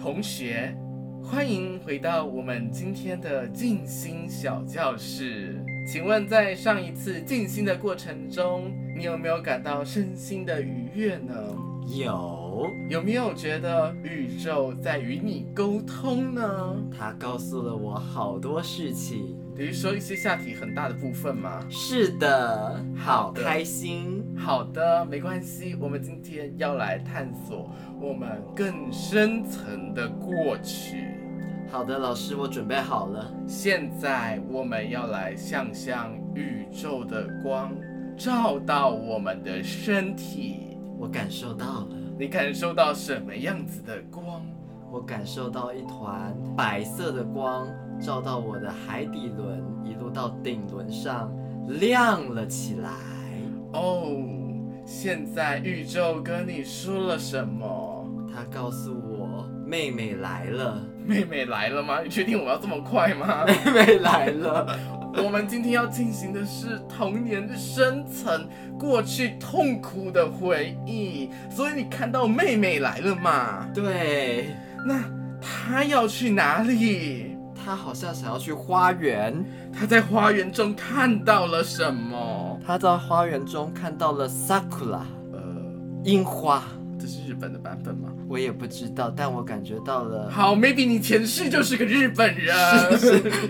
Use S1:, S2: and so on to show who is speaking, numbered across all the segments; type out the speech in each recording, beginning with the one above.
S1: 同学，欢迎回到我们今天的静心小教室。请问，在上一次静心的过程中，你有没有感到身心的愉悦呢？
S2: 有，
S1: 有没有觉得宇宙在与你沟通呢？
S2: 他告诉了我好多事情。
S1: 比如说一些下体很大的部分吗？
S2: 是的，
S1: 好
S2: 好
S1: 的
S2: 开心。
S1: 好的，没关系，我们今天要来探索我们更深层的过去。
S2: 好的，老师，我准备好了。
S1: 现在我们要来想象宇宙的光照到我们的身体，
S2: 我感受到了，
S1: 你感受到什么样子的光？
S2: 我感受到一团白色的光照到我的海底轮，一路到顶轮上，亮了起来。
S1: 哦，现在宇宙跟你说了什么？
S2: 他告诉我，妹妹来了，
S1: 妹妹来了吗？你确定我要这么快吗？
S2: 妹妹来了。
S1: 我们今天要进行的是童年的深层过去痛苦的回忆，所以你看到妹妹来了嘛？
S2: 对，
S1: 那她要去哪里？
S2: 她好像想要去花园。
S1: 她在花园中看到了什么？
S2: 她在花园中看到了 sakura
S1: 呃，
S2: 樱花，
S1: 这是日本的版本吗？
S2: 我也不知道，但我感觉到了。
S1: 好，maybe 你前世就是个日本人。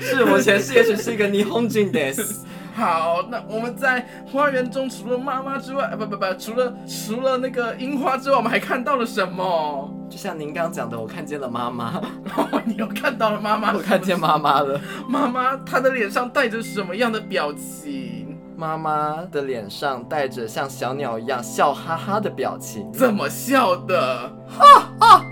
S2: 是我前世也许是一个霓虹镜 d
S1: 好，那我们在花园中除了妈妈之外，呃不不不，除了除了那个樱花之外，我们还看到了什么？ 哦
S2: 就像您刚讲的，我看见了妈妈，
S1: 你又看到了妈妈？
S2: 我看见妈妈了。
S1: 妈妈她的脸上带着什么样的表情？
S2: 妈妈的脸上带着像小鸟一样笑哈哈的表情。
S1: 怎么笑的？
S2: 啊啊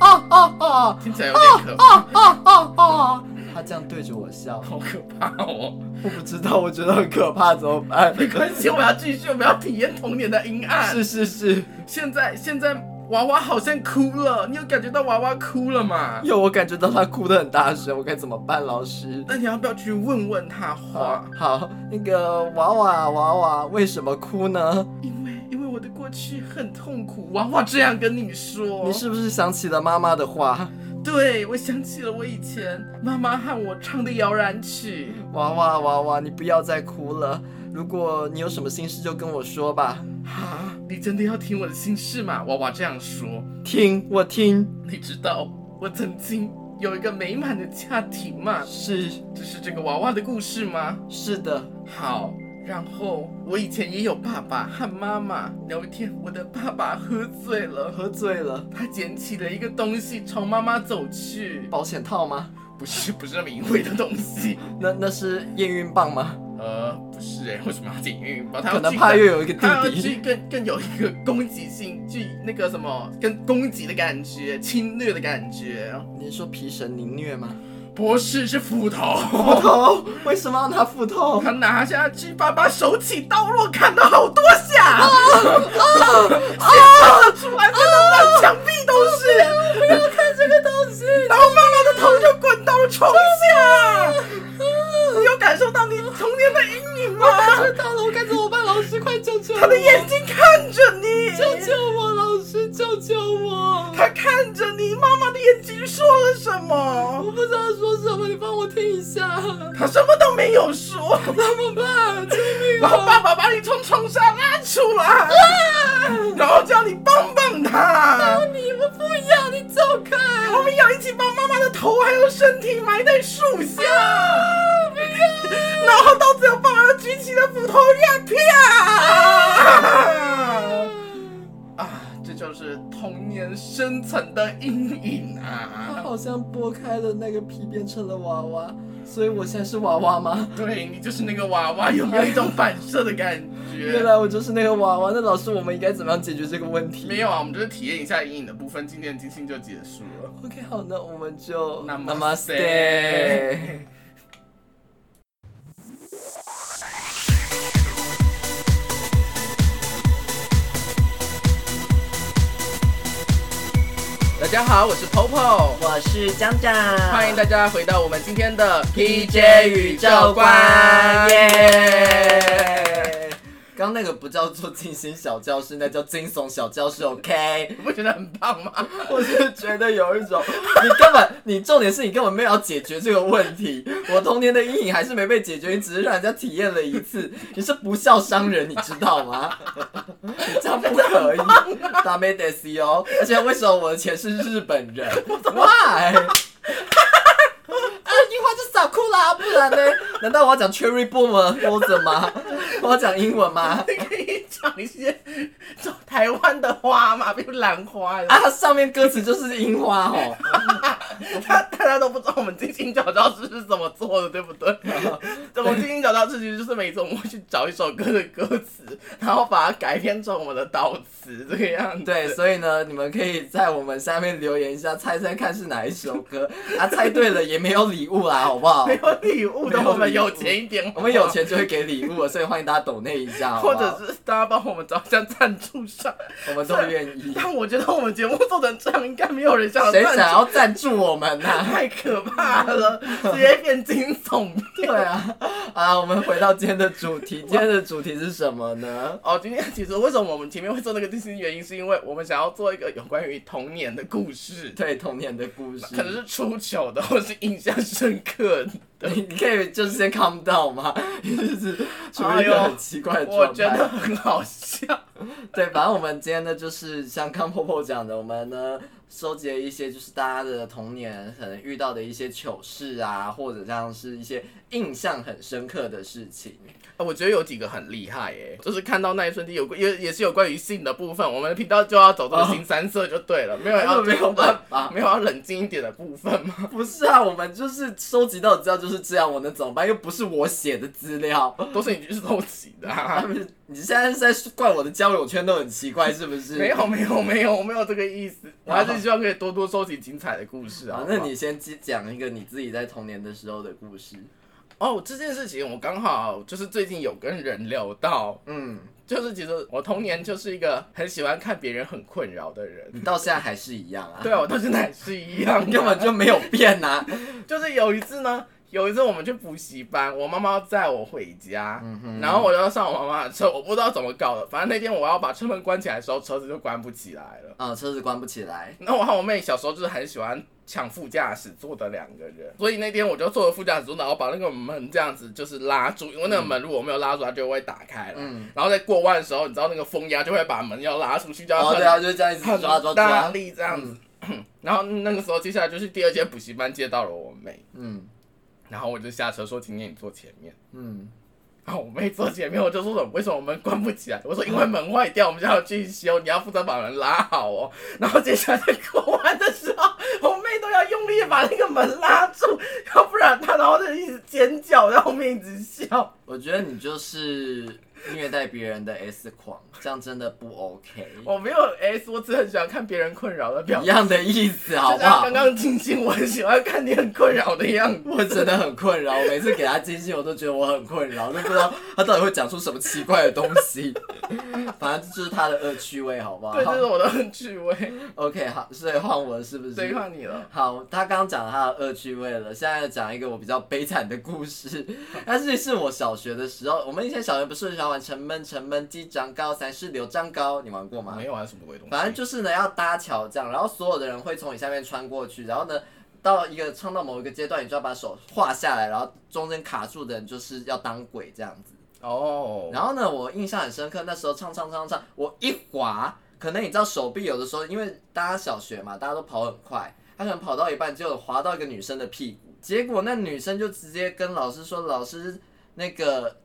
S2: 啊啊
S1: 听起来有点可怕，
S2: 啊啊啊！她这样对着我笑，
S1: 好可怕 哦！
S2: 我不知道，我觉得很可怕，怎么办？
S1: 没关系，我要继续，我们要体验童年的阴暗。
S2: 是是是，
S1: 现在现在娃娃好像哭了，你有感觉到娃娃哭了吗？
S2: 有我感觉到她哭得很大声，我该怎么办，老师？
S1: 那你要不要去问问他话
S2: 好？，好，那个娃娃娃娃为什么哭呢？
S1: 因为因为我的过去很痛苦，娃娃这样跟你说。
S2: 你是不是想起了妈妈的话？
S1: 对，我想起了我以前妈妈和我唱的摇篮曲。
S2: 娃娃娃娃，你不要再哭了。如果你有什么心事，就跟我说吧。
S1: 啊，你真的要听我的心事吗？娃娃这样说。
S2: 听，我听。
S1: 你知道我曾经有一个美满的家庭嘛？
S2: 是，
S1: 这是这个娃娃的故事吗？
S2: 是的。
S1: 好，然后我以前也有爸爸和妈妈。有一天，我的爸爸喝醉了，
S2: 喝醉了，
S1: 他捡起了一个东西朝妈妈走去，
S2: 保险套吗？
S1: 不是不是那么淫秽的东西，
S2: 那那是验孕棒吗？
S1: 呃，不是哎、为什么要捡孕棒？他
S2: 可
S1: 要
S2: 能
S1: 去
S2: 怕
S1: 更
S2: 又有一个
S1: 他要
S2: 弟
S1: 去
S2: 弟。
S1: 更更有一个攻击性，去那个什么，跟攻击的感觉，侵略的感觉。
S2: 你说皮神凌虐吗？
S1: 不是，是斧 头。
S2: 斧头？为什么要拿斧头？
S1: 他拿下去，爸爸手起刀落，砍了好多下，啊啊！出来，真的满墙壁都是。不要看这个东西，然后妈妈的头就滚到了床下。你有感受到你童年的阴影吗？
S2: 知道了，我该怎么办？老师，快救救我！
S1: 他的眼睛看着你，
S2: 我！老师，救救我！
S1: 他看着你，妈妈的眼睛说了什么？
S2: 不知道说什么，你帮我听一下，
S1: 他什么都没有说。
S2: 怎么办？救命啊
S1: 然后爸爸把你从床上拉出来，然后叫你帮帮他。
S2: 你们不要，你走开！
S1: 我们要一起把妈妈的头还有身体埋在树下，啊然后到最后，爸爸举起了斧头，呀啪！啊，这就是童年深层的阴影
S2: 他
S1: 啊！
S2: 好像剥开了那个皮，变成了娃娃，所以我现在是娃娃吗？
S1: 对你就是那个娃娃，有没有一种反射的感
S2: 原
S1: 觉？
S2: 来我就是那个娃娃。那老师，我们应该怎么样解决这个问题？
S1: 没有啊，我们就是体验一下阴影的部分，今天的金星就结束了。
S2: OK，好，那我们就
S1: Namaste。大家好，我是 Popo，
S2: 我是江江，
S1: 欢迎 大家回到我们今天的
S2: PJ 宇宙观，耶！刚那个不叫做静心小教室，那叫惊悚小教室。OK，
S1: 你不觉得很棒吗？
S2: 我是觉得有一种，你根本，你重点是你根本没有要解决这个问题。我童年的阴影还是没被解决，你只是让人家体验了一次，你是不孝商人，你知道吗？你这样不可以，大妹得 C 哦。而且为什么我的钱是日本人？Why？啊，樱花就傻哭啦，不然呢？难道我要讲 Cherry Bomb 吗？Rose 吗？我要讲英文吗？
S1: 你 可以讲一些就台湾的花嘛，比如兰花
S2: 啊，它上面歌词就是樱花哦。
S1: 他大家都不知道我们金星角教室是怎么做的，对不 对？我们金星角教室其实就是每次我们会去找一首歌的歌词，然后把它改编成我们的导词这个样子。
S2: 对，所以呢，你们可以在我们下面留言一下，猜猜看是哪一首歌。啊，猜对了也没有礼物啦，好不好
S1: 没？有礼物的，
S2: 没有礼物
S1: 我们有钱一点，
S2: 我们有，钱就会给礼物了，所以欢迎大家抖内一下，好不
S1: 或
S2: 好
S1: 者是大家帮我们找一下赞助商。
S2: 我们都愿意。
S1: 但我觉得我们节目做成这样，应该没有人想要
S2: 谁
S1: 赞助
S2: 想要赞助我 们呐、
S1: 太可怕了，直接变惊悚片。
S2: 对啊，啊，我们回到今天的主题，今天的主题是什么呢？
S1: 哦，今天其实为什么我们前面会做那个定心原因，是因为我们想要做一个有关于童年的故事，
S2: 对，童年的故事。
S1: 可能是出糗的，或是印象深刻 的。
S2: 你你可以就是先 calm down 吗？ 就是处于
S1: 哎
S2: 一个
S1: 呦
S2: 很奇怪的
S1: 我
S2: 状
S1: 觉
S2: 态。
S1: 得很好笑。
S2: 对，反正我们今天呢，就是像康婆婆讲的，我们呢收集了一些就是大家的童年可能遇到的一些糗事啊，或者像是一些印象很深刻的事情。
S1: 啊我觉得有几个很厉害诶、就是看到那一瞬间有关也也是有关于性的部分，我们的频道就要走这个新三色就对了，哦没有要
S2: 没有办法
S1: 没有要冷静一点的部分吗？
S2: 不是啊，我们就是收集到的资料就是这样，我能怎么办？又不是我写的资料。
S1: 都是你去收集的、啊
S2: 他。们， 你现在是在怪我的交友圈都很奇怪，是不是？
S1: 没有没有没有，我没有这个意思，我还是希望可以多多收集精彩的故事啊
S2: 啊。。
S1: 好不
S2: 那
S1: 好
S2: 你先讲一个你自己在童年的时候的故事。
S1: 哦，这件事情我刚好就是最近有跟人聊到，
S2: 嗯，
S1: 就是其实我童年就是一个很喜欢看别人很困扰的人。
S2: 你到现在还是一样啊？
S1: 对啊，我到现在还是一样的，
S2: 根本就没有变啊呐、
S1: 就是有一次呢，有一次我们去补习班，我妈妈载我回家，
S2: 嗯哼
S1: 然后我就要上我妈妈的车，我不知道怎么搞的，反正那天我要把车门关起来的时候，车子就关不起来了。
S2: 啊、车子关不起来。
S1: 那我和我妹小时候就是很喜欢抢副驾驶座的两个人，所以那天我就坐了副驾驶座，然后把那个门这样子就是拉住，因为那个门如果没有拉住，它就会打开了。
S2: 嗯
S1: 然后在过弯的时候，你知道那个风压就会把门要拉出去，就要
S2: 哦，
S1: 很
S2: 对啊，就是这样一直
S1: 很
S2: 抓抓嗯
S1: 大
S2: 抓。
S1: 力这样子。然后那个时候，接下来就是第二间补习班接到了我妹，
S2: 嗯
S1: 然后我就下车说：“今天你坐前面。
S2: 嗯，”
S1: 然后我妹坐前面，我就说什么为什么门关不起来？我说因为门坏掉，我们就要去修，你要负责把门拉好哦。 然后接下来在过弯的时候，我妹都要用力把那个门拉住，要不然她然后就一直尖叫，在后面一直笑。
S2: 我觉得你就是虐待别人的 S 狂，这样真的不 OK。
S1: 我没有 S，我只很喜欢看别人困扰的表
S2: 一
S1: 情，
S2: 样的意思，好
S1: 就
S2: 不
S1: 像
S2: 好
S1: 刚？刚静静，我很喜欢看你很困扰的样子。
S2: 我真的很困扰，我每次给他惊喜，我都觉得我很困扰，都不知道他到底会讲出什么奇怪的东西。 反正就是他的恶趣味，好不好
S1: 对，这是我的很趣味。
S2: ？OK，好，所以换我是不是？
S1: 对，换你了。
S2: 好，他刚讲了他的恶趣味了，现在讲一个我比较悲惨的故事，但是是我小学的时候，我们以前小学不是很喜欢玩城门城门鸡长高才是柳张高，你玩过吗？
S1: 有啊，什么鬼东西
S2: 反正就是呢，要搭桥这样，然后所有的人会从你下面穿过去，然后呢，到一个唱到某一个阶段，你就要把手画下来，然后中间卡住的人就是要当鬼这样子。
S1: 哦，
S2: 然后呢，我印象很深刻，那时候唱唱唱唱，我一滑，可能你知道手臂有的时候，因为大家小学嘛，大家都跑很快，他可能跑到一半就滑到一个女生的屁股，结果那女生就直接跟老师说，老师那个。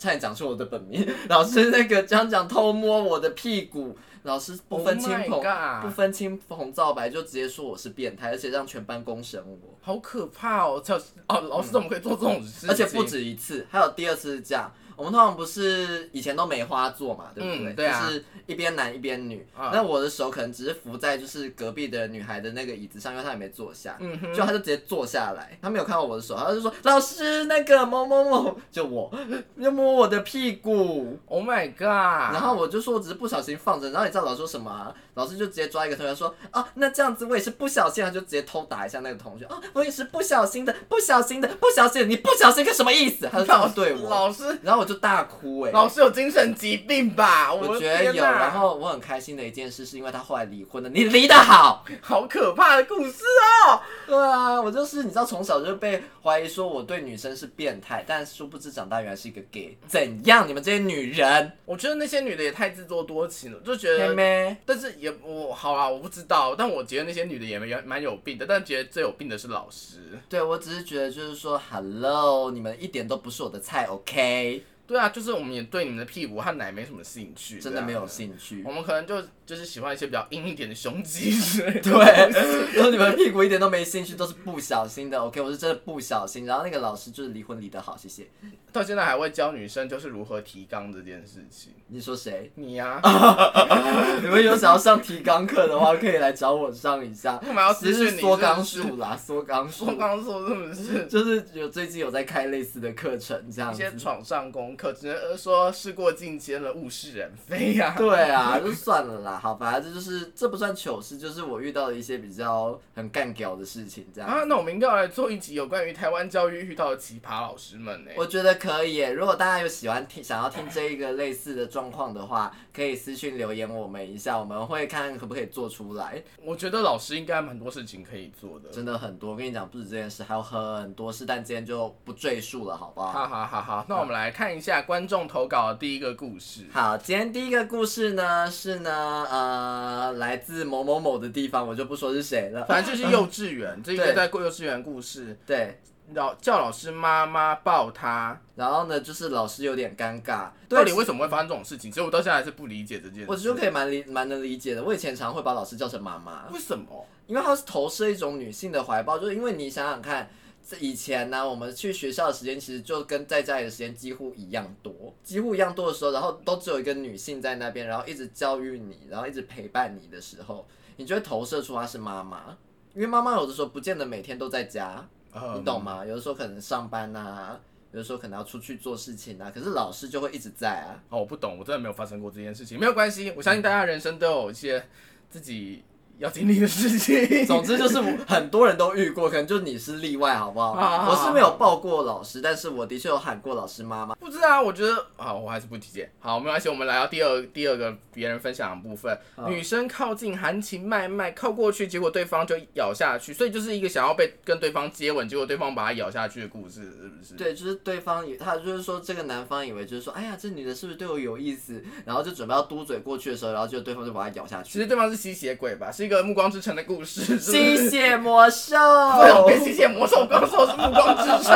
S2: 差点讲出我的本名，老师那个讲讲偷摸我的屁股，老师不分青
S1: Oh
S2: 红、
S1: my god
S2: 不分青红皂白就直接说我是变态，而且让全班公审我。
S1: 好可怕哦！小哦，老师怎么可以做这种事情？
S2: 而且不，止一次，还有第二次是这样。我们通常不是以前都梅花座嘛，对不对？
S1: 嗯对啊
S2: 就是一边男一边女。
S1: 啊
S2: 那我的手可能只是扶在就是隔壁的女孩的那个椅子上，因为她也没坐下，
S1: 嗯哼，
S2: 就她就直接坐下来，她没有看到我的手，她就说老师那个某某某，就我就摸我的屁股。
S1: Oh my god！
S2: 然后我就说，我只是不小心放着，然后你知道老师说什么、啊？老师就直接抓一个同学说，啊，那这样子我也是不小心，他就直接偷打一下那个同学，啊，我也是不小心的，不小心的，不小心的，你不小心个什么意思？他就这
S1: 老
S2: 样
S1: 师
S2: 对我，
S1: 老师
S2: 然后我就大哭哎、
S1: 老师有精神疾病吧？我
S2: 我
S1: 的
S2: 觉得
S1: 天
S2: 有，
S1: 哪
S2: 然后我很开心的一件事是因为他后来离婚了，你离得好，
S1: 好可怕的故事哦！
S2: 对啊，我就是你知道从小就被怀疑说我对女生是变态，但殊不知长大原来是一个 gay，怎样？你们这些女人，
S1: 我觉得那些女的也太自作多情了，就觉
S2: 妹
S1: 得。
S2: 妹，
S1: 但是也我好啦，我不知道，但我觉得那些女的也蛮蛮有病的，但觉得最有病的是老师。
S2: 对我只是觉得就是说，hello，你们一点都不是我的菜，OK，
S1: 对啊，就是我们也对你们的屁股和奶没什么兴趣，
S2: 真的没有
S1: 兴
S2: 兴趣
S1: 我。们可能就就是喜欢一些比较硬一点的胸肌之类的。
S2: 对，然后你们屁股一点都没兴趣，都是不小心的。OK，我是真的不小心。然后那个老师就是离婚离得好，谢谢。
S1: 到现在还会教女生就是如何提肛这件事情。
S2: 你 说谁？
S1: 你啊呀、
S2: 啊你们有想要上提纲课的话，可以来找我上一下。
S1: 干嘛要
S2: 其
S1: 私
S2: 实
S1: 讯
S2: 是
S1: 你
S2: 缩肛
S1: 是不
S2: 术啦，缩肛
S1: 说
S2: 术，
S1: 刚说是不是？
S2: 就是有最近有在开类似的课程这样
S1: 一
S2: 子
S1: 些。床上功课，只能说事过境迁了，物是人非呀、
S2: 对啊，就算了啦，好吧，这就是这不算糗事，就是我遇到的一些比较很干屌的事情这样。
S1: 啊，那我们应该要来做一集有关于台湾教育遇到的奇葩老师们呢、
S2: 我觉得可以耶，如果大家有喜欢听、想要听这一个类似的状况的话，可以私信留言我们一下，我们会看可不可以做出来。
S1: 我觉得老师应该蛮多事情可以做的。
S2: 真的很多，我跟你讲，不止这件事，还有很多事，但今天就不赘述了，好不好？
S1: 哈哈哈哈！那我们来看一下观众投稿的第一个故事。
S2: 好，今天第一个故事呢是呢，呃，来自某某某的地方，我就不说是谁了。
S1: 反正就是幼稚园，这一个
S2: 对
S1: 在幼稚园故事，
S2: 对，
S1: 老叫老师妈妈抱他，
S2: 然后呢，就是老师有点尴尬，
S1: 到
S2: 对
S1: 底，为什么会发生这种事情？其实我到现在还是不理解这件事。
S2: 我就可以蛮理蛮能理解的。我以前常会把老师叫成妈妈，
S1: 为什么？
S2: 因为它是投射一种女性的怀抱，就是因为你想想看，这以前呢、我们去学校的时间其实就跟在家里的时间几乎一样多，几乎一样多的时候，然后都只有一个女性在那边，然后一直教育你，然后一直陪伴你的时候，你就会投射出她是妈妈。因为妈妈有的时候不见得每天都在家，
S1: 嗯呃
S2: 你懂吗？有的时候可能上班啊，有的时候可能要出去做事情啊，可是老师就会一直在啊。
S1: 哦，我不懂，我真的没有发生过这件事情。没有关系，我相信大家人生都有一些自己要经历的事 情。
S2: 总之就是我很多人都遇过，可能就你是例外，好不好？
S1: 好好好
S2: 我是没有抱过老师，但是我的确有喊过老师妈妈。
S1: 不知道，我觉得啊，我还是不理解。好，没关系，我们来到第二第二个别人分享的部分。
S2: 好
S1: 女生靠近含情脉脉靠过去，结果对方就咬下去，所以就是一个想要被跟对方接吻，结果对方把她咬下去的故事，是不是？
S2: 对，就是对方以他就是说这个男方以为就是说，哎呀，这女的是不是对我有意思？然后就准备要嘟嘴过去的时候，然后就对方就把他咬下
S1: 其
S2: 去。
S1: 实对方是吸血鬼吧，是一个《暮光之城》的故事。是不是
S2: 吸血魔兽，
S1: 对，我跟吸血魔兽刚说是《暮光之城》，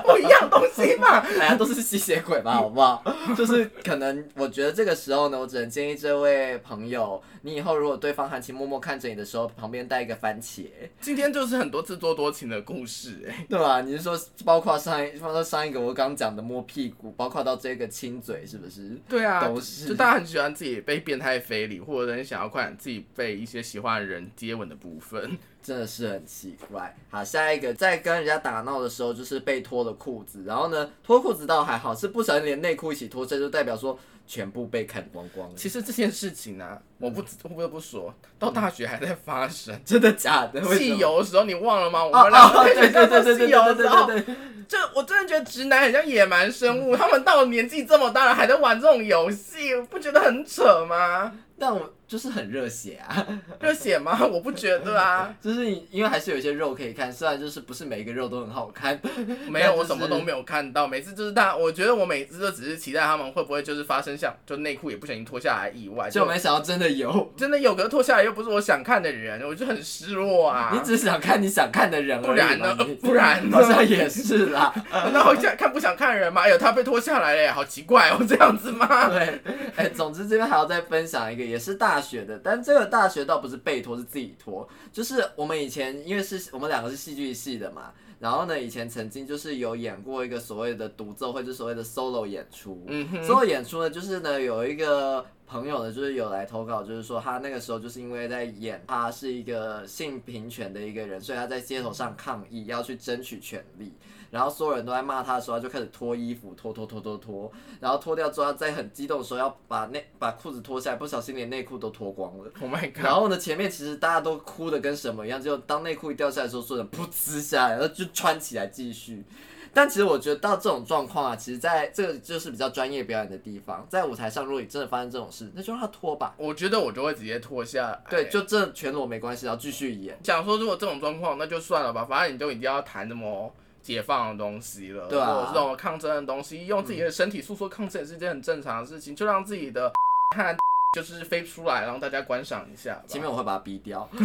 S1: 不一样东西嘛。
S2: 哎呀，都是吸血鬼吧，好不好？就是可能，我觉得这个时候呢，我只能建议这位朋友，你以后如果对方含情脉脉看着你的时候，旁边带一个番茄。
S1: 今天就是很多自作多情的故事、哎，
S2: 对吧？你是说包括上一，包括上一个我刚讲的摸屁股，包括到这个亲嘴，是不是？
S1: 对啊，
S2: 都
S1: 就是就大家很喜欢自己被变态非礼，或者很想要快点自己被一些喜欢的人接吻的部分。
S2: 真的是很奇怪。好，下一个在跟人家打闹的时候，就是被脱了裤子，然后呢，脱裤子倒还好，是不小心连内裤一起脱，这就代表说全部被砍光光了。
S1: 其实这件事情啊，我不
S2: 嗯
S1: 我不得不说，到大学还在发生。
S2: 真的假的？为什
S1: 汽
S2: 么
S1: 油的时候你忘了吗？我
S2: 嗯哦
S1: 们俩
S2: 哦，
S1: 在
S2: 对
S1: 学
S2: 对
S1: 校做
S2: 对对对对
S1: 汽油
S2: 对
S1: 的时候，
S2: 对嗯对，
S1: 这我真的觉得直男很像野蛮生物，他们到了年纪这么大了还在玩这种游戏，不觉得很扯吗？
S2: 但我就是很热血啊，
S1: 热血吗？我不觉得 啊。
S2: 就是你因为还是有一些肉可以看，虽然就是不是每一个肉都很好看，
S1: 没有，
S2: 但就
S1: 我
S2: 是
S1: 什么都没有看到。每次就是他，我觉得我每次都只是期待他们会不会就是发生像就内裤也不小心脱下来意外，
S2: 就没想到真的有。
S1: 真的有个脱下来又不是我想看的人， 我就很失落啊。
S2: 你只是想看你想看的人而已嘛，
S1: 不然呢
S2: 你
S1: 呃 不然呢
S2: 好像也是 啦。
S1: 难道会想看不想看的人吗？哎呦，他被脱下来了耶，好奇怪哦，这样子 吗？
S2: 对，哎、总之这边还要再分享一个，也是大学的，但这个大学倒不是被拖，是自己拖。就是我们以前因为是我们两个是戏剧系的嘛，然后呢，以前曾经就是有演过一个所谓的独奏会，就所谓的 solo 演出。
S1: 嗯哼，
S2: 所有演出呢，就是呢有一个朋友呢，就是有来投稿，就是说他那个时候就是因为在演他是一个性平权的一个人，所以他在街头上抗议，要去争取权利。然后所有人都在骂他的时候，他就开始脱衣服，脱脱脱脱脱，然后脱掉之后，他在很激动的时候要把内把裤子脱下来，不小心连内裤都脱光了。
S1: Oh my god！
S2: 然后呢，前面其实大家都哭的跟什么一样，就当内裤一掉下来的时候，所有人噗呲下来，然后就穿起来继续。但其实我觉得到这种状况啊，其实在这个就是比较专业表演的地方，在舞台上，如果你真的发生这种事，那就让他脱吧。
S1: 我觉得我就会直接脱下来。
S2: 对，就这全裸没关系，然后继续演。
S1: 想说，如果这种状况，那就算了吧，反正你就一定要谈那么解放的东西了，
S2: 对啊
S1: 或者是这种抗争的东西，用自己的身体诉说抗争也是一件很正常的事情，就让自己的汗就是飞出来，让大家观赏一下吧。
S2: 前面我会把它逼掉。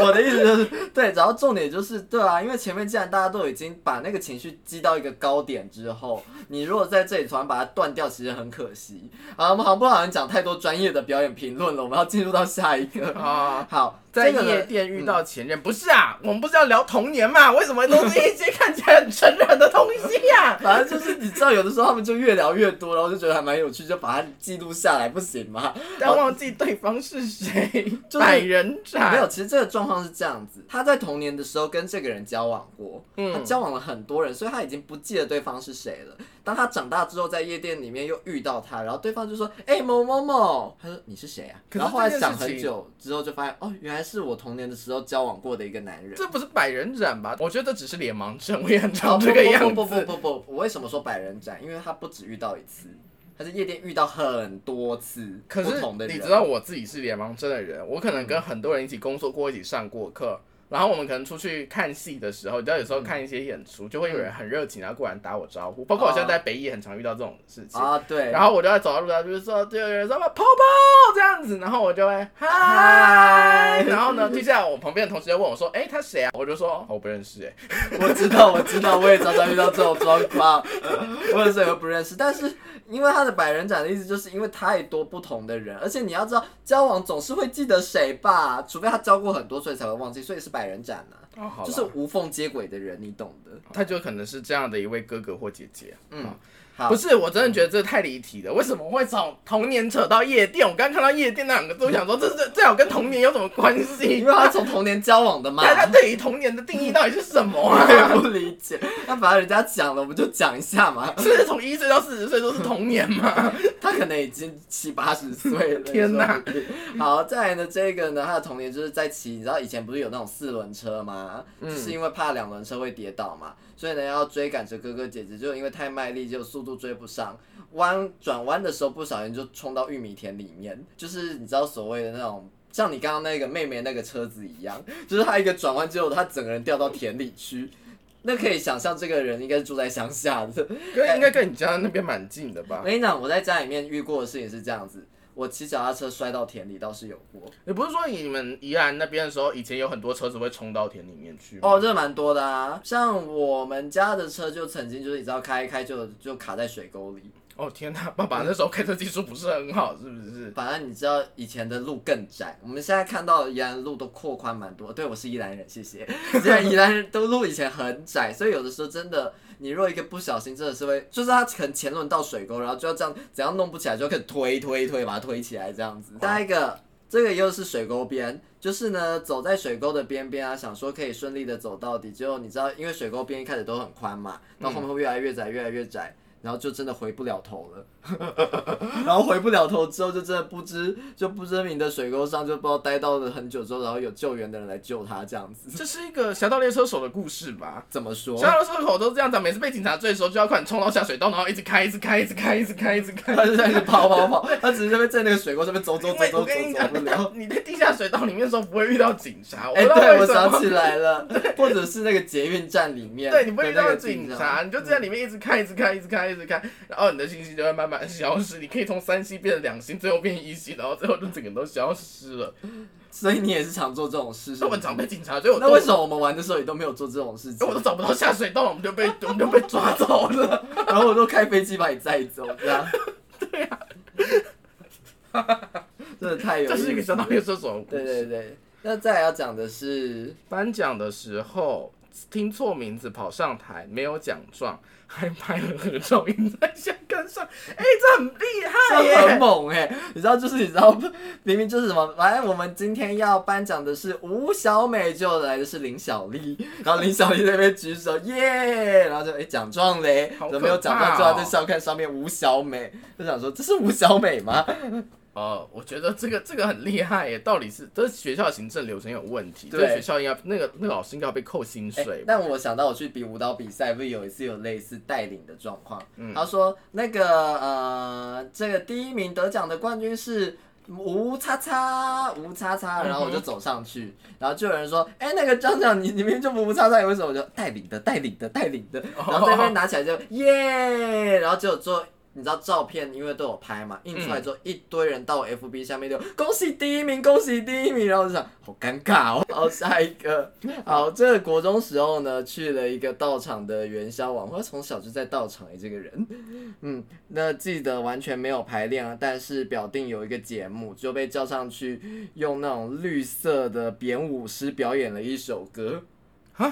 S2: 我的意思就是，对，然后重点就是，对啊，因为前面既然大家都已经把那个情绪激到一个高点之后，你如果在这里突然把它断掉，其实很可惜。啊，我们好像不好像讲太多专业的表演评论了，我们要进入到下一个。
S1: 啊，
S2: 好，
S1: 在
S2: 这个呢
S1: 夜店遇到前任，不是啊，我们不是要聊童年嘛？为什么都是一些看起来很成人的东西啊呀、
S2: 反正就是你知道，有的时候他们就越聊越多，然后就觉得还蛮有趣，就把它记录下来，不行吗？
S1: 但忘记对方是谁，
S2: 就是
S1: 百人斩。
S2: 没有，其实这个状况是这样子，他在童年的时候跟这个人交往过，
S1: 嗯
S2: 他交往了很多人，所以他已经不记得对方是谁了。当他长大之后，在夜店里面又遇到他，然后对方就说：“哎、某某某。”他说：“你是谁啊？”
S1: 可是
S2: 然后后来
S1: 这件
S2: 想
S1: 事情
S2: 很久之后，就发现哦，原来是我童年的时候交往过的一个男人。
S1: 这不是百人斩吧？我觉得这只是脸盲症，我也很
S2: 哦
S1: 常这个样子。
S2: 不不不不不不，我为什么说百人斩？因为他不止遇到一次，他在夜店遇到很多次
S1: 可
S2: 不同的
S1: 是
S2: 人。
S1: 你知道我自己是脸盲症的人，我可能跟很多人一起工作过，一起上过
S2: 嗯
S1: 课，然后我们可能出去看戏的时候，你知道有时候看一些演出，就会有人很热情，然啊后过来打我招呼。包括我现在在北艺很常遇到这种事情，
S2: 啊？对，
S1: 然后我就在走到路上，就是说就有人说泡泡这样子，然后我就会嗨，
S2: 嗨
S1: 然后呢，接下来我旁边的同学就问我说，哎、他谁啊？我就说、哦我不认识、哎，
S2: 我知道，我知道，我也常常遇到这种状况， 我有时候也不认识。但是因为他的百人斩的意思，就是因为太多不同的人，而且你要知道，交往总是会记得谁吧，除非他交过很多，所以才会忘记，所以是百人斩呢、
S1: 哦好
S2: 就
S1: 就是是
S2: 无缝接轨的人，你懂的。
S1: 他就可能是这样的一位哥哥或姐姐，
S2: 嗯
S1: 嗯。
S2: 好，
S1: 不是，我真的觉得这太离题了。为什么会从童年扯到夜店？我刚看到夜店那两个字，我想说这这这有跟童年有什么关系？
S2: 因为他从童年交往的嘛，
S1: 大家对于童年的定义到底是什么
S2: 我也
S1: 啊？
S2: 不理 解。那反正人家讲了，我们就讲一下嘛。
S1: 是从一岁到四十岁都是童年 吗？
S2: 他可能已经七八十岁了。
S1: 天哪
S2: 说不定！好，再来呢，这个呢，他的童年就是在骑，你知道以前不是有那种四轮车吗？
S1: 嗯
S2: 就是因为怕两轮车会跌倒嘛，所以呢要追赶着哥哥姐姐，就因为太卖力，就速度追不上。弯转弯的时候不小心就冲到玉米田里面，就是你知道所谓的那种。像你刚刚那个妹妹那个车子一样，就是她一个转弯之后，她整个人掉到田里去。那可以想象，这个人应该是住在乡下的，
S1: 跟应该跟你家那边蛮近的吧
S2: 我？跟你讲，我在家里面遇过的事情是这样子，我骑脚踏车摔到田里倒是有过，
S1: 你不是说你们宜兰那边的时候，以前有很多车子会冲到田里面去吗？
S2: 哦，这蛮多的啊。像我们家的车就曾经就是你知道开一开就就卡在水沟里，
S1: 哦天哪，爸爸那时候开车技术不是很好，是不 是？
S2: 反正你知道以前的路更窄，我们现在看到的宜兰路都扩宽蛮多。对，我是宜兰人，谢谢。现在宜兰人都路以前很窄，所以有的时候真的，你若一个不小心，真的是会，就是他可能前轮到水沟，然后就要这样，怎样弄不起来，就可以推推推把它推起来这样子。下一个。这个又是水沟边，就是呢，走在水沟的边边啊，想说可以顺利的走到底，结果你知道，因为水沟边一开始都很宽嘛，到后面会越来越窄，越来越窄，然后就真的回不了头了。 然后回不了头之后，就真的不知就不知名的水沟上，就不知道哎待到了很久之后，然后有救援的人来救他，这样子
S1: 这是一个《侠盗猎车手》的故事吧？
S2: 怎么说
S1: 其？他的社口都是这样子啊，每次被警察追的时候，就要快点冲到下水道，然后一直开，一直开，一直开，一直开，一直开。
S2: 他就在那跑跑跑，他只是在那边在那个水沟上面走走
S1: 因
S2: 走
S1: 为
S2: 走
S1: 我
S2: 走
S1: 跟你
S2: 走
S1: 讲
S2: 不了。，
S1: 你在地下水道里面的时候不会遇到警察，我不
S2: 哎、
S1: 知道
S2: 对，
S1: 为
S2: 我
S1: 什
S2: 想
S1: 么。
S2: 起来了，或者是那个捷运站里面，
S1: 对，你不会遇
S2: 那
S1: 到
S2: 个
S1: 警察，，你就在里面一直开，一直开，一直开，一直开，然后你的信息就会慢慢消失。你可以从三星变成两星，最后变一星，然后最后就整个都消失了。
S2: 所以你也是常做这种事，是
S1: 所以我
S2: 吗
S1: 们？常被警察追，我
S2: 那为什
S1: 么？
S2: 么我们玩的时候你都没有做这种事情
S1: 我？都找不到下水道，我们就被我们就被 抓走了。
S2: 然后我都开飞机把你载走，这样。对呀、 真的哎太有意思
S1: 啊这
S2: 了，
S1: 是一个相当于射手的故
S2: 对
S1: 事。
S2: 对对，那再来要讲的是，
S1: 颁奖的时候听错名字跑上台，没有奖状，还拍了合照印在香杆上。 哎、 这很厉害
S2: 这很
S1: 耶！
S2: 猛哎、你知道就是你知道，明明就是什么，反正我们今天要颁奖的是吴小美，就来的是林小丽，然后林小丽在那边举手耶，然后就哎奖状嘞，
S1: 好可怕哦
S2: 怎么没有奖状？就要在校刊上面吴小美，就想说这是吴小美吗？
S1: 呃，我觉得这个这个很厉害耶，到底是这学校行政流程有问题，这
S2: 对
S1: 个学校应该那个那个老师应该要被扣薪水
S2: 欸
S1: 吧。
S2: 但我想到我去比舞蹈比赛，不是有一次有类似带领的状况。
S1: 嗯
S2: 他说那个呃，这个第一名得奖的冠军是。吴叉叉，吴叉
S1: 嗯
S2: 叉，然后我就走上去，然后就有人说：“哎、那个张张，你你明明就不吴叉叉，你为什么？”我就带领的，带领的，带领的，
S1: 哦
S2: 然后这边拿起来就耶，然后就做，你知道照片，因为都有拍嘛，印出来之后，一堆人到我 FB 下面就恭喜第一名，恭喜第一名，然后我就想好尴尬哦。好，下一个，好，这个国中时候呢，去了一个道场的元宵晚会，从小就在道场诶、这个人，嗯，那记得完全没有排练啊，但是表定有一个节目，就被叫上去用那种绿色的编舞师表演了一首歌，
S1: 哎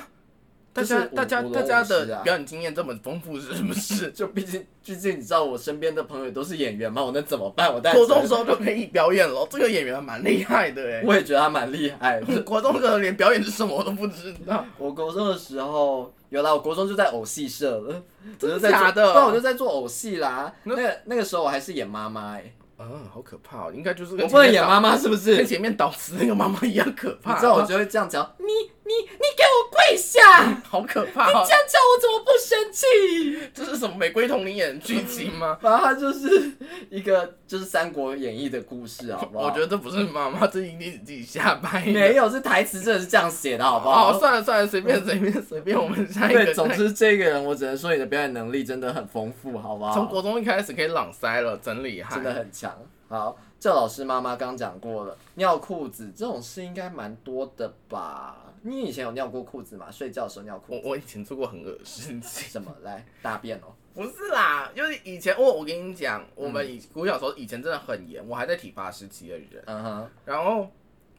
S1: 大家、
S2: 就是舞
S1: 大家
S2: 舞龙
S1: 大家
S2: 舞狮啊？
S1: 的表演经验这么丰富是不是
S2: 就毕竟毕竟你知道我身边的朋友都是演员嘛，我能怎么办？我当然
S1: 国中
S2: 觉
S1: 时候就可以表演了，这个演员蛮厉害的
S2: 得
S1: 哎。
S2: 我也觉得他蛮厉害 的。
S1: 国中时候连表演是什么我都不知道。
S2: 我国中的时候，有啦，我国中就在偶戏社了，我就在
S1: 假
S2: 做
S1: 的
S2: 对，我就在做偶戏啦。那
S1: 那
S2: 个那个时候我还是演妈妈哎，
S1: 嗯，好可怕、哦，应该就是
S2: 我
S1: 跟
S2: 不能
S1: 前面
S2: 演
S1: 导
S2: 妈妈是不 是？
S1: 跟
S2: 你
S1: 前面导师那个妈妈一样可怕。啊
S2: 知道我就会这样讲，你你你给我跪 下！你
S1: 好可怕、哦
S2: 这，样叫我怎么不生气？
S1: 这是什么玫瑰童林演的剧情 吗？
S2: 反正它就是一个就是《三国演义》的故事，好不好？
S1: 我觉得这不是妈妈，这一定是自己瞎掰的。
S2: 没有，是台词真的是这样写的，好不好？
S1: 哦，算了算了，随便随便随便，我们下一个。
S2: 对，总之这个人，我只能说你的表演能力真的很丰富，好不好？
S1: 从国中一开始可以朗塞了，真厉害。
S2: 真的很强。好，这老师妈妈刚讲过了，尿裤子这种事应该蛮多的吧？你以前有尿过裤子吗？睡觉的时候尿裤
S1: 我
S2: 子？
S1: 我以前做过很恶心的事情，
S2: 什么？来大便哦、
S1: 不是啦，就是以前我我跟你讲，我们以我小时候以前真的很严，我还在体罚时期的人，
S2: 嗯哼，
S1: 然后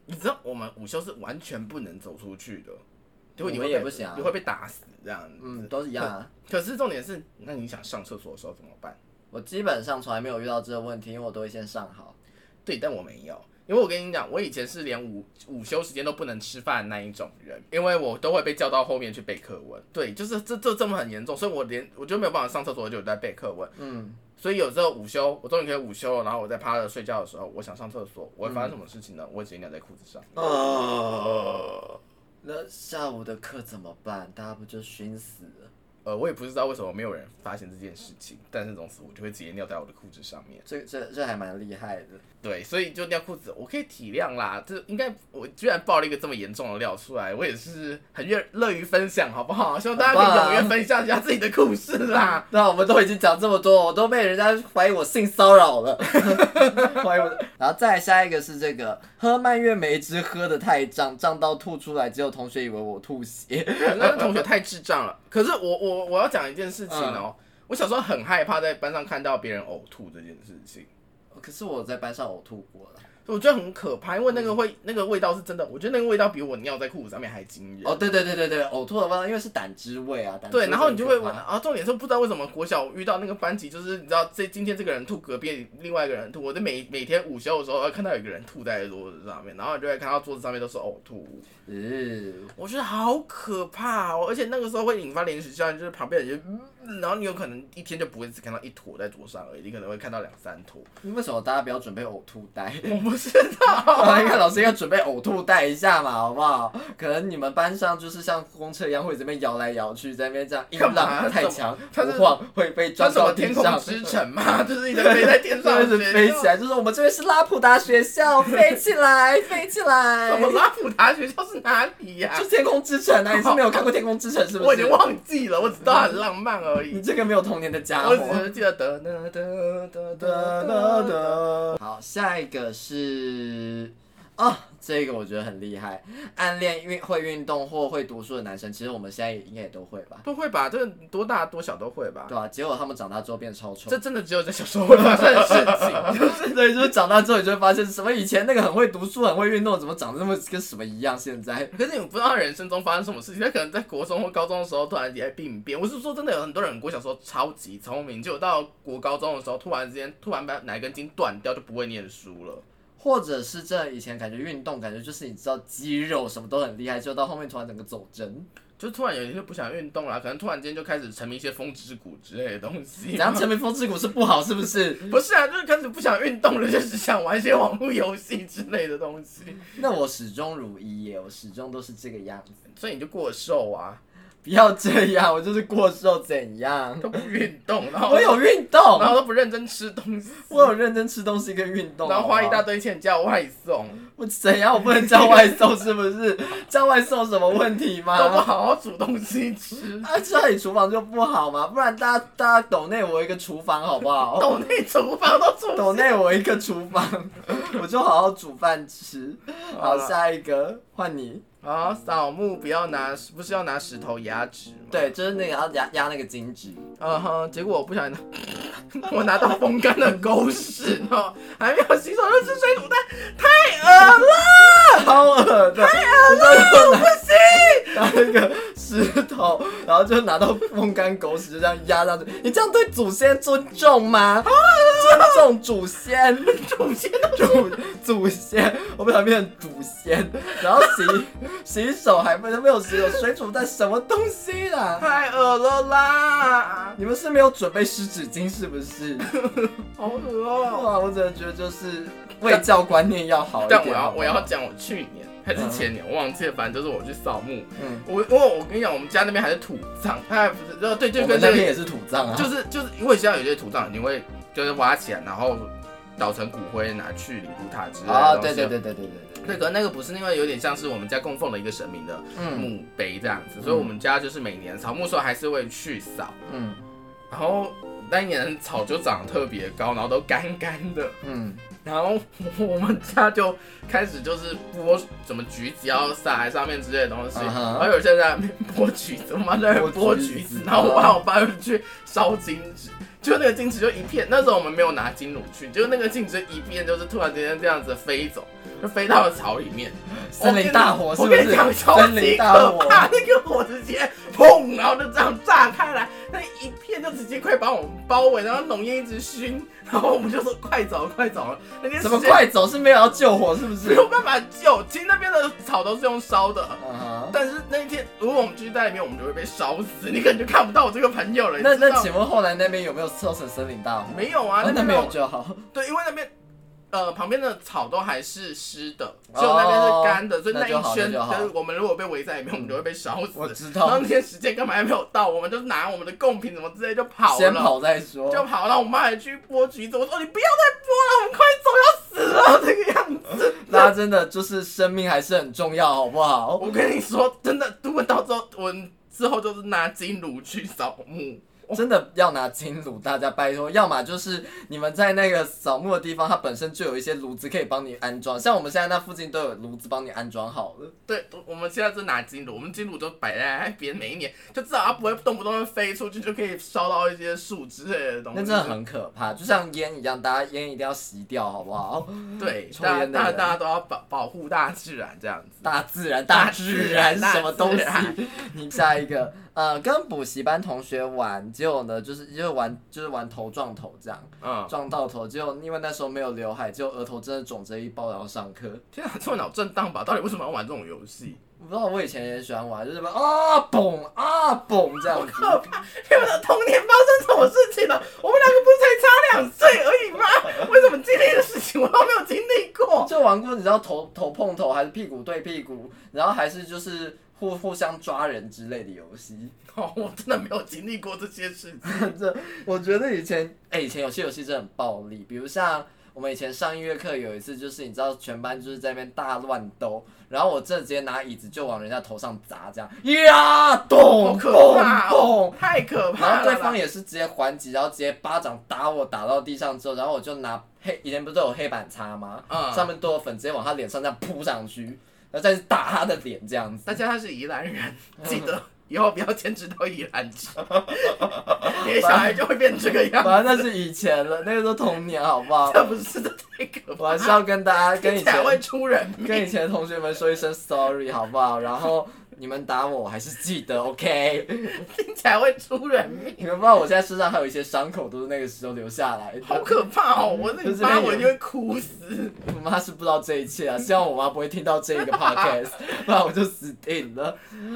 S1: 你知道我们午休是完全不能走出去的，就你会
S2: 我们也
S1: 被
S2: 不行啊
S1: 你会被打死这样子。
S2: 嗯，都是一样啊。
S1: 可是重点是，那你想上厕所的时候怎么办？
S2: 我基本上从来没有遇到这个问题，因为我都会先上好。
S1: 对，但我没有，因为我跟你讲，我以前是连午午休时间都不能吃饭的那一种人，因为我都会被叫到后面去背课文。对，就是这这这么很严重，所以我连我就没有办法上厕所，我就有在背课文。
S2: 嗯，
S1: 所以有时候午休，我终于可以午休了，然后我在趴着睡觉的时候，我想上厕所，我会发生什么事情呢？我会直接尿在裤子上。
S2: 哦，那下午的课怎么办？大家不就熏死了？
S1: 呃，我也不知道为什么没有人发现这件事情，但是总之我就会直接尿在我的裤子上面。
S2: 这这这还蛮厉害的。
S1: 对，所以就尿裤子，我可以体谅啦。这应该我居然爆了一个这么严重的料出来，我也是很愿乐于分享，好不好？希望大家可以踊跃分享一下自己的故事啦。
S2: 那我们都已经讲这么多，我都被人家怀疑我性骚扰 了，怀疑我。然后再来下一个是这个喝蔓越莓汁喝的太胀，胀到吐出来，只有同学以为我吐 血。
S1: 那个同学太智障了。可是我我我要讲一件事情哦、我小时候很害怕在班上看到别人呕吐这件事情，
S2: 哦可是我在班上呕吐过了。
S1: 我觉得很可怕，因为那个会那个味道是真的，我觉得那个味道比我尿在裤子上面还惊人。
S2: 哦，对对对对对，呕吐的味道，因为是胆汁味啊。胆汁味
S1: 对，然后你就会
S2: 很可
S1: 闻
S2: 怕
S1: 啊，重点是不知道为什么国小遇到那个班级，就是你知道这今天这个人吐，隔壁另外一个人吐，我就每每天午休的时候呃看到有一个人吐在桌子上面，然后你就会看到桌子上面都是呕吐物，
S2: 嗯，
S1: 我觉得好可怕哦，而且那个时候会引发连续效应，就是旁边人就、嗯，然后你有可能一天就不会只看到一坨在桌上而已，你可能会看到两三坨，
S2: 为什么大家不要准备呕吐袋？
S1: 我不知道，
S2: 啊， 应该老师要准备呕吐袋一下嘛，好不好？可能你们班上就是像公车一样，会这边摇来摇去，在那边这样音
S1: 干嘛
S2: 浪太强，
S1: 他是
S2: 不晃会被
S1: 这
S2: 撞
S1: 是什
S2: 到
S1: 么
S2: 地
S1: 天
S2: 上
S1: 空。之城嘛， 就是一直飞在天上，
S2: 就是飞起来，就是我们这边是拉普达学校，飞起来，飞起来
S1: 什，么拉普达学校是哪里呀、
S2: 就天空之城 啊！你是没有看过天空之城是不是？
S1: 我已经忘记了，我只知道很浪漫而
S2: 你
S1: 已。
S2: 这个没有童年的家
S1: 我只
S2: 伙。
S1: 是记得得得得得
S2: 哒
S1: 得
S2: 哒
S1: 得
S2: 哒好，下一个是啊、这个我觉得很厉害，暗恋运会运动或会读书的男生，其实我们现在也应该也都会吧。
S1: 都会吧？这个多大多小都会吧？
S2: 对啊，结果他们长大之后变超丑。
S1: 这真的只有在小时候会发生的事情。
S2: 对，就是长大之后，你就会发现，什么以前那个很会读书、很会运动，怎么长得那么跟什么一样？现在
S1: 可是你不知道人生中发生什么事情，他可能在国中或高中的时候突然间病变。我是说真的，有很多人国小时候超级聪明，结果到国高中的时候突然之间突然把哪根筋断掉，就不会念书了。
S2: 或者是这以前感觉运动感觉就是你知道肌肉什么都很厉害，就到后面突然整个走针，
S1: 就突然有一天不想运动啦，可能突然间就开始沉迷一些风之谷之类的东西。
S2: 怎样成为风之谷是不好是不是？
S1: 不是啊，就是开始不想运动了，就只想玩一些网络游戏之类的东西，
S2: 那我始终如一耶，我始终都是这个样子。
S1: 所以你就过瘦啊，
S2: 不要这样，我就是过瘦怎样？
S1: 都不运动，然后
S2: 嗯我有运
S1: 然
S2: 动，
S1: 后都不认真吃东西，
S2: 我有认真吃东西跟运动，啊嗯
S1: 然后花一
S2: 好
S1: 大
S2: 不好
S1: 堆钱叫外送，
S2: 我怎样？我不能叫外送是不 是？叫外送有什么问题
S1: 都不
S2: 吗？
S1: 好好煮东西吃，
S2: 啊，家里厨房就不好嘛，不然大家大家抖内我一个厨房好不好？
S1: 抖内厨房都煮
S2: 抖内我一个厨房， 我就好好煮饭吃。好，
S1: 了
S2: 下一个换你。
S1: 啊，扫墓不要拿，不是要拿石头压纸吗？，
S2: 对，就是那个要压压那个金纸，
S1: 嗯哼，结果我不小心拿， 我拿到风干的狗屎哦，还没有洗手就吃水煮蛋，太恶了，
S2: 超恶的，
S1: 我不行，
S2: 然后那个石头，然后就拿到风干狗屎就这样压上去。你这样对祖先尊重吗？尊重祖先，
S1: 祖先
S2: 祖祖先，我不想变成祖先。然后洗洗手还不能没有洗手，水煮蛋什么东西啦？
S1: 太恶了啦，
S2: 你们是没有准备湿纸巾是不是？
S1: 好恶哦。
S2: 哇，我只能觉得就是卫教观念要好一点。
S1: 但我要
S2: 好不好
S1: 我要，讲我去年还是前年，我忘记了，反正就是我去扫墓，
S2: 嗯，
S1: 我因为我跟你讲，我们家那边还是土葬，它还不是，呃，对，就
S2: 我们
S1: 跟
S2: 那
S1: 那
S2: 边
S1: 个
S2: 也是土葬啊，
S1: 就是就是因为现在有些土葬，你会就是挖起来，然后捣成骨灰拿去灵骨塔之类的
S2: 啊，
S1: 东西
S2: 对对对对对对对，
S1: 对，可能那个不是，因为有点像是我们家供奉的一个神明的
S2: 嗯
S1: 墓碑这样子，所以我们家就是每年扫墓的时候还是会去扫，
S2: 嗯
S1: 然后那一年草就长得特别高，然后都干干的，
S2: 嗯，
S1: 然后我们家就开始就是剥什么橘子要撒在上面之类的东西
S2: 啊哈
S1: 然后有些人在那边剥橘子，我妈在那边剥
S2: 剥
S1: 橘
S2: 橘
S1: 子
S2: 子，
S1: 然后我爸我爸就去烧金纸，就那个金纸就一片，那时候我们没有拿金炉去，就那个金纸一片就是突然之间这样子飞走，就飞到了草里面，
S2: 森林大火是
S1: 我
S2: 不
S1: 跟你
S2: 是
S1: 讲，？超
S2: 森
S1: 级
S2: 林大
S1: 可
S2: 火，
S1: 怕，那个火直接砰，然后就这样炸开来，那一片就直接快把我们包围，然后浓烟一直熏，然后我们就说快走快走，那天
S2: 怎么快走是没有要救火是不
S1: 没
S2: 是？
S1: 有办法救，其实那边的草都是用烧的。
S2: 啊哈，
S1: 但是那一天，如果我们继续在里面，我们就会被烧死。你可能就看不到我这个朋友了。
S2: 那
S1: 你知道
S2: 那请问后来那边有没有造成森林大火？
S1: 没有啊？
S2: 哦那
S1: 边
S2: 没有就好。
S1: 对，因为那边呃旁边的草都还是湿的，
S2: 哦
S1: 只有那边是干的，所以
S2: 那
S1: 那
S2: 就
S1: 一
S2: 好
S1: 圈
S2: 那就好
S1: 就是我们如果被围在里面，我们就会被烧
S2: 我
S1: 死。
S2: 知
S1: 然后
S2: 道
S1: 那，天时间根本还没有到，我们就拿我们的贡品什么之类就跑
S2: 先
S1: 了。
S2: 跑再说。
S1: 就跑，然后我妈还去剥橘子，我说你不要再剥了，我们快走，要死了这个样子。
S2: 大家真的就是生命还是很重要，好不好？
S1: 我跟你说，真的，如果到之后我们之后就是拿金炉去扫墓，
S2: 真的要拿金炉，大家拜托，要么就是你们在那个扫墓的地方，它本身就有一些炉子可以帮你安装，像我们现在那附近都有炉子帮你安装好了。
S1: 对，我们现在是拿金炉，我们金炉就摆在那边，每一年就至少它不会动不动就飞出去，就可以烧到一些树之类的东西。
S2: 那真的很可怕，就像烟一样，大家烟一定要吸掉，好不好？
S1: 对，
S2: 抽
S1: 大家
S2: 烟的
S1: 大家
S2: 人
S1: 大家都要保保护大自然这样子。
S2: 大自然，
S1: 大
S2: 大
S1: 自
S2: 自
S1: 然
S2: 然什么东西
S1: 大自然？
S2: 你下一个，呃，跟补习班同学玩，结果呢，就是就是玩就是玩头撞头这样，
S1: 嗯，
S2: 撞到头，结果因为那时候没有刘海，结果额头真的肿着一包，然后上课。
S1: 天啊，这么脑震荡吧？到底为什么要玩这种游戏？
S2: 我不知道，我以前也喜欢玩，就是แบบ啊嘣啊嘣 这样子。
S1: 可怕！你们的童年发生什么事情了？我们两个不是才差两岁而已 吗？为什么经历的事情我都没有经历过？
S2: 就玩过，你知道头头碰头，还是屁股对屁股，然后还是就是互互相抓人之类的游戏。
S1: 哦，我真的没有经历过这些事情。
S2: 这我觉得以前，哎、以前有些游戏真的很暴力，比如像我们以前上音乐课有一次，就是你知道全班就是在那边大乱斗，然后我这直接拿椅子就往人家头上砸，这样呀
S1: 好
S2: 咚
S1: 可
S2: 咚
S1: 怕哦
S2: 咚，，
S1: 太可 怕了啦！
S2: 然后对方也是直接还击，然后直接巴掌打我打到地上之后，然后我就拿黑以前不是都有黑板擦吗？
S1: 嗯
S2: 上面都有粉，直接往他脸上这样扑上去，然后再打他的脸这样子。
S1: 大家他是宜兰人，记得以后不要坚持到宜兰 去，你的小孩就会变成这个样子。
S2: 反正那是以前了，那个时候童年好不好？
S1: 这不是这太可
S2: 我
S1: 怕
S2: 还，是要跟大家跟以
S1: 听起来会
S2: 前
S1: 出人命。
S2: 跟以前的同学们说一声 sorry 好不好？然后你们打我，我还是记得 OK。
S1: 听起来会出人命，
S2: 你们不知道我现在身上还有一些伤口，都是那个时候留下来的。
S1: 好可怕哦！我那
S2: 就
S1: 你
S2: 是那
S1: 妈
S2: 个
S1: 我一定会哭死。
S2: 我妈是不知道这一切啊，希望我妈不会听到这个 podcast，不然我就死定了。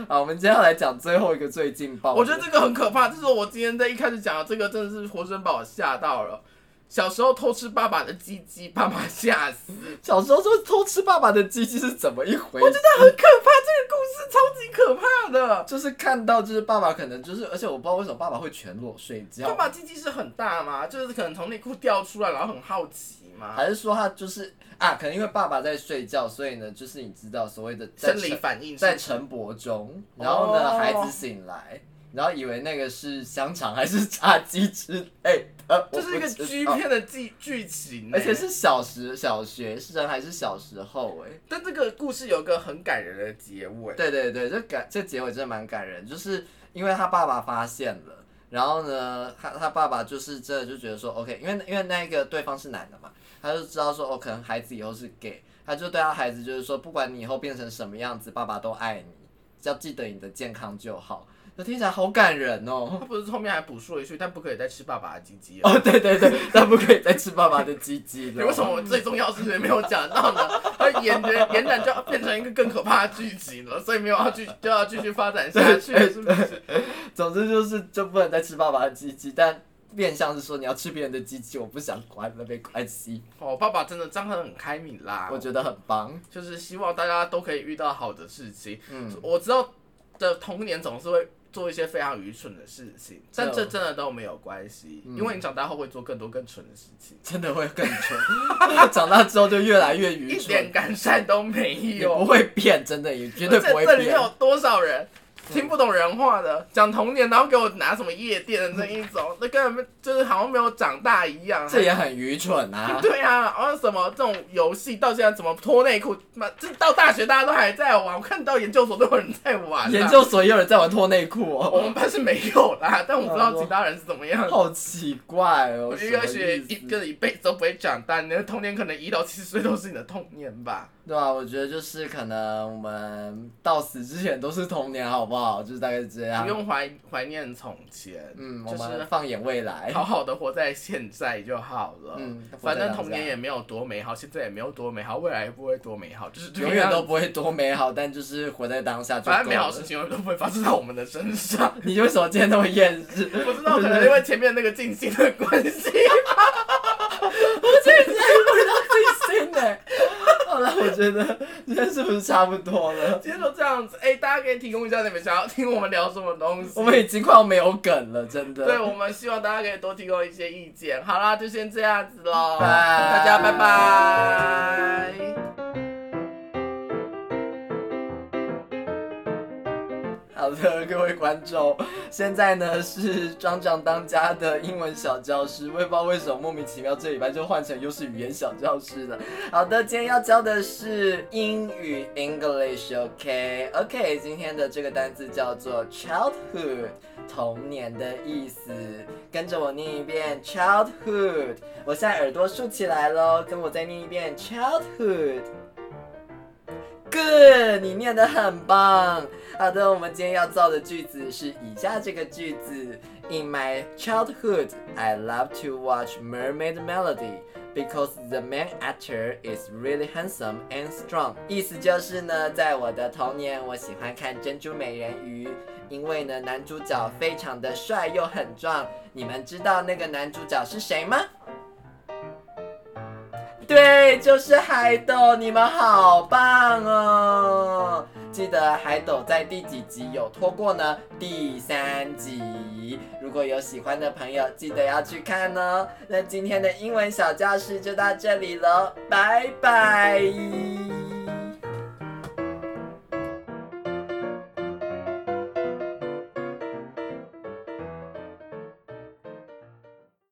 S2: 好，我们接下来讲最后一个最劲爆的，
S1: 我觉得这个很可怕，这是我今天在一开始讲的，这个真的是活生把我吓到了。小时候偷吃爸爸的鸡鸡，爸爸吓死，
S2: 小时候说偷吃爸爸的鸡鸡是怎么一回事？我
S1: 那很可怕，这个故事超级可怕的。
S2: 就是看到就是爸爸可能就是，而且我不知道为什么爸爸会全裸睡觉，
S1: 爸爸鸡鸡是很大吗？就是可能从内裤掉出来，然后很好奇吗？
S2: 还是说他就是啊，可能因为爸爸在睡觉，所以呢，就是你知道所谓的在
S1: 生理
S2: 晨
S1: 反应是
S2: 在晨勃中，然后呢、
S1: 哦
S2: 孩子醒来，然后以为那个是香肠还是炸鸡之类 的，
S1: 就是一个
S2: 我不知
S1: G
S2: 道。
S1: 片的剧剧情、欸
S2: 而且，是小时小学生还是小时候哎、
S1: 但这个故事有一个很感人的结尾。
S2: 对对对，这感这结尾真的蛮感人，就是因为他爸爸发现了，然后呢，他他爸爸就是真的就觉得说，OK，因为因为那个对方是男的嘛，他就知道说，哦，可能孩子以后是 gay，他就对他孩子就是说，不管你以后变成什么样子，爸爸都爱你，只要记得你的健康就好。那听起来好感人哦。
S1: 他不是后面还补述了一句，但不可以再吃爸爸的鸡鸡了。
S2: 哦，对对对，但不可以再吃爸爸的鸡鸡
S1: 你
S2: 了。
S1: 为什么我最重要的事情没有讲到呢？而延着延展就要变成一个更可怕的剧情了，所以没有要继就要继续发展下去了，是不是？
S2: 总之就是就不能再吃爸爸的鸡鸡，但变相是说你要吃别人的鸡鸡，我不想管了，没关系，
S1: 哦，爸爸真的张很很开明啦，
S2: 我觉得很棒。
S1: 就是希望大家都可以遇到好的事情。
S2: 嗯，
S1: 我知道的童年总是会做一些非常愚蠢的事情，但
S2: 哦
S1: 这真的都没有关系，
S2: 嗯
S1: 因为你长大后会做更多更蠢的事情，
S2: 真的会更蠢， 长大之后就越来越
S1: 一
S2: 愚
S1: 点
S2: 蠢。
S1: 改善都没
S2: 你不
S1: 有。
S2: 会变，真的也绝对
S1: 而且
S2: 不会
S1: 这里面
S2: 变。嗯
S1: 有多少人听不懂人话的，讲童年，然后给我拿什么夜店的那一种，
S2: 嗯
S1: 那根本没就是好像没有长大一样。
S2: 这也很愚蠢啊！
S1: 对啊，然后什么这种游戏到现在怎么脱内裤，妈，这到大学大家都还在玩，我看到研究所都有人在玩啊。
S2: 研究所哦也有人在玩脱内裤
S1: 我
S2: 哦，
S1: 们班是没有啦，但我不知道其他人是怎么样的。
S2: 好奇怪哦。
S1: 我觉
S2: 什
S1: 得要
S2: 么
S1: 学
S2: 意
S1: 一
S2: 思？
S1: 个一辈子都不会长大，你的童年可能一到七十岁都是你的童年吧。
S2: 对啊，我觉得就是可能我们到死之前都是童年，好不好？就是大概是这样
S1: 不。用怀怀念从前，
S2: 啊嗯，我
S1: 就是
S2: 们放眼未来。
S1: 好好的活在现在就好了。
S2: 嗯
S1: 反正童年也没有多美好，现在也没有多美好，未来也不会多美好，就是这个
S2: 永远都
S1: 样子
S2: 不会多美好，但就是活在当下就够了。
S1: 反正美好事情永远都不会发生在我们的身上。
S2: 你为什么今天那么厌世？
S1: 不 知道，可能因为前面那个静心的关系，
S2: 最新呢、 好了，我觉得今天是不是差不多了？
S1: 今天就这样子。哎、大家可以提供一下你们想要听我们聊什么东西。
S2: 我们已经快要没有梗了，真的。
S1: 对，我们希望大家可以多提供一些意见。好啦，就先这样子喽，
S2: 拜
S1: 大家拜拜。
S2: 好的，各位观众，现在呢是张张当家的英文小教师，我也不知道为什么莫名其妙这礼拜就换成又是语言小教师了。好的，今天要教的是英语 English，OK，OK，、今天的这个单词叫做 childhood，童年的意思。跟着我念一遍 childhood，我现在耳朵竖起来喽，跟我再念一遍 childhood。Good，你念得很棒。好的，我们今天要造的句子是以下这个句子：In my childhood, I love to watch Mermaid Melody because the main actor is really handsome and strong。意思就是呢，在我的童年，我喜欢看珍珠美人鱼，因为呢，男主角非常的帅又很壮。你们知道那个男主角是谁吗？对，就是海斗，你们好棒哦！记得海斗在第几集有拖过呢？第三集。如果有喜欢的朋友，记得要去看哦。那今天的英文小教室就到这里喽，拜拜。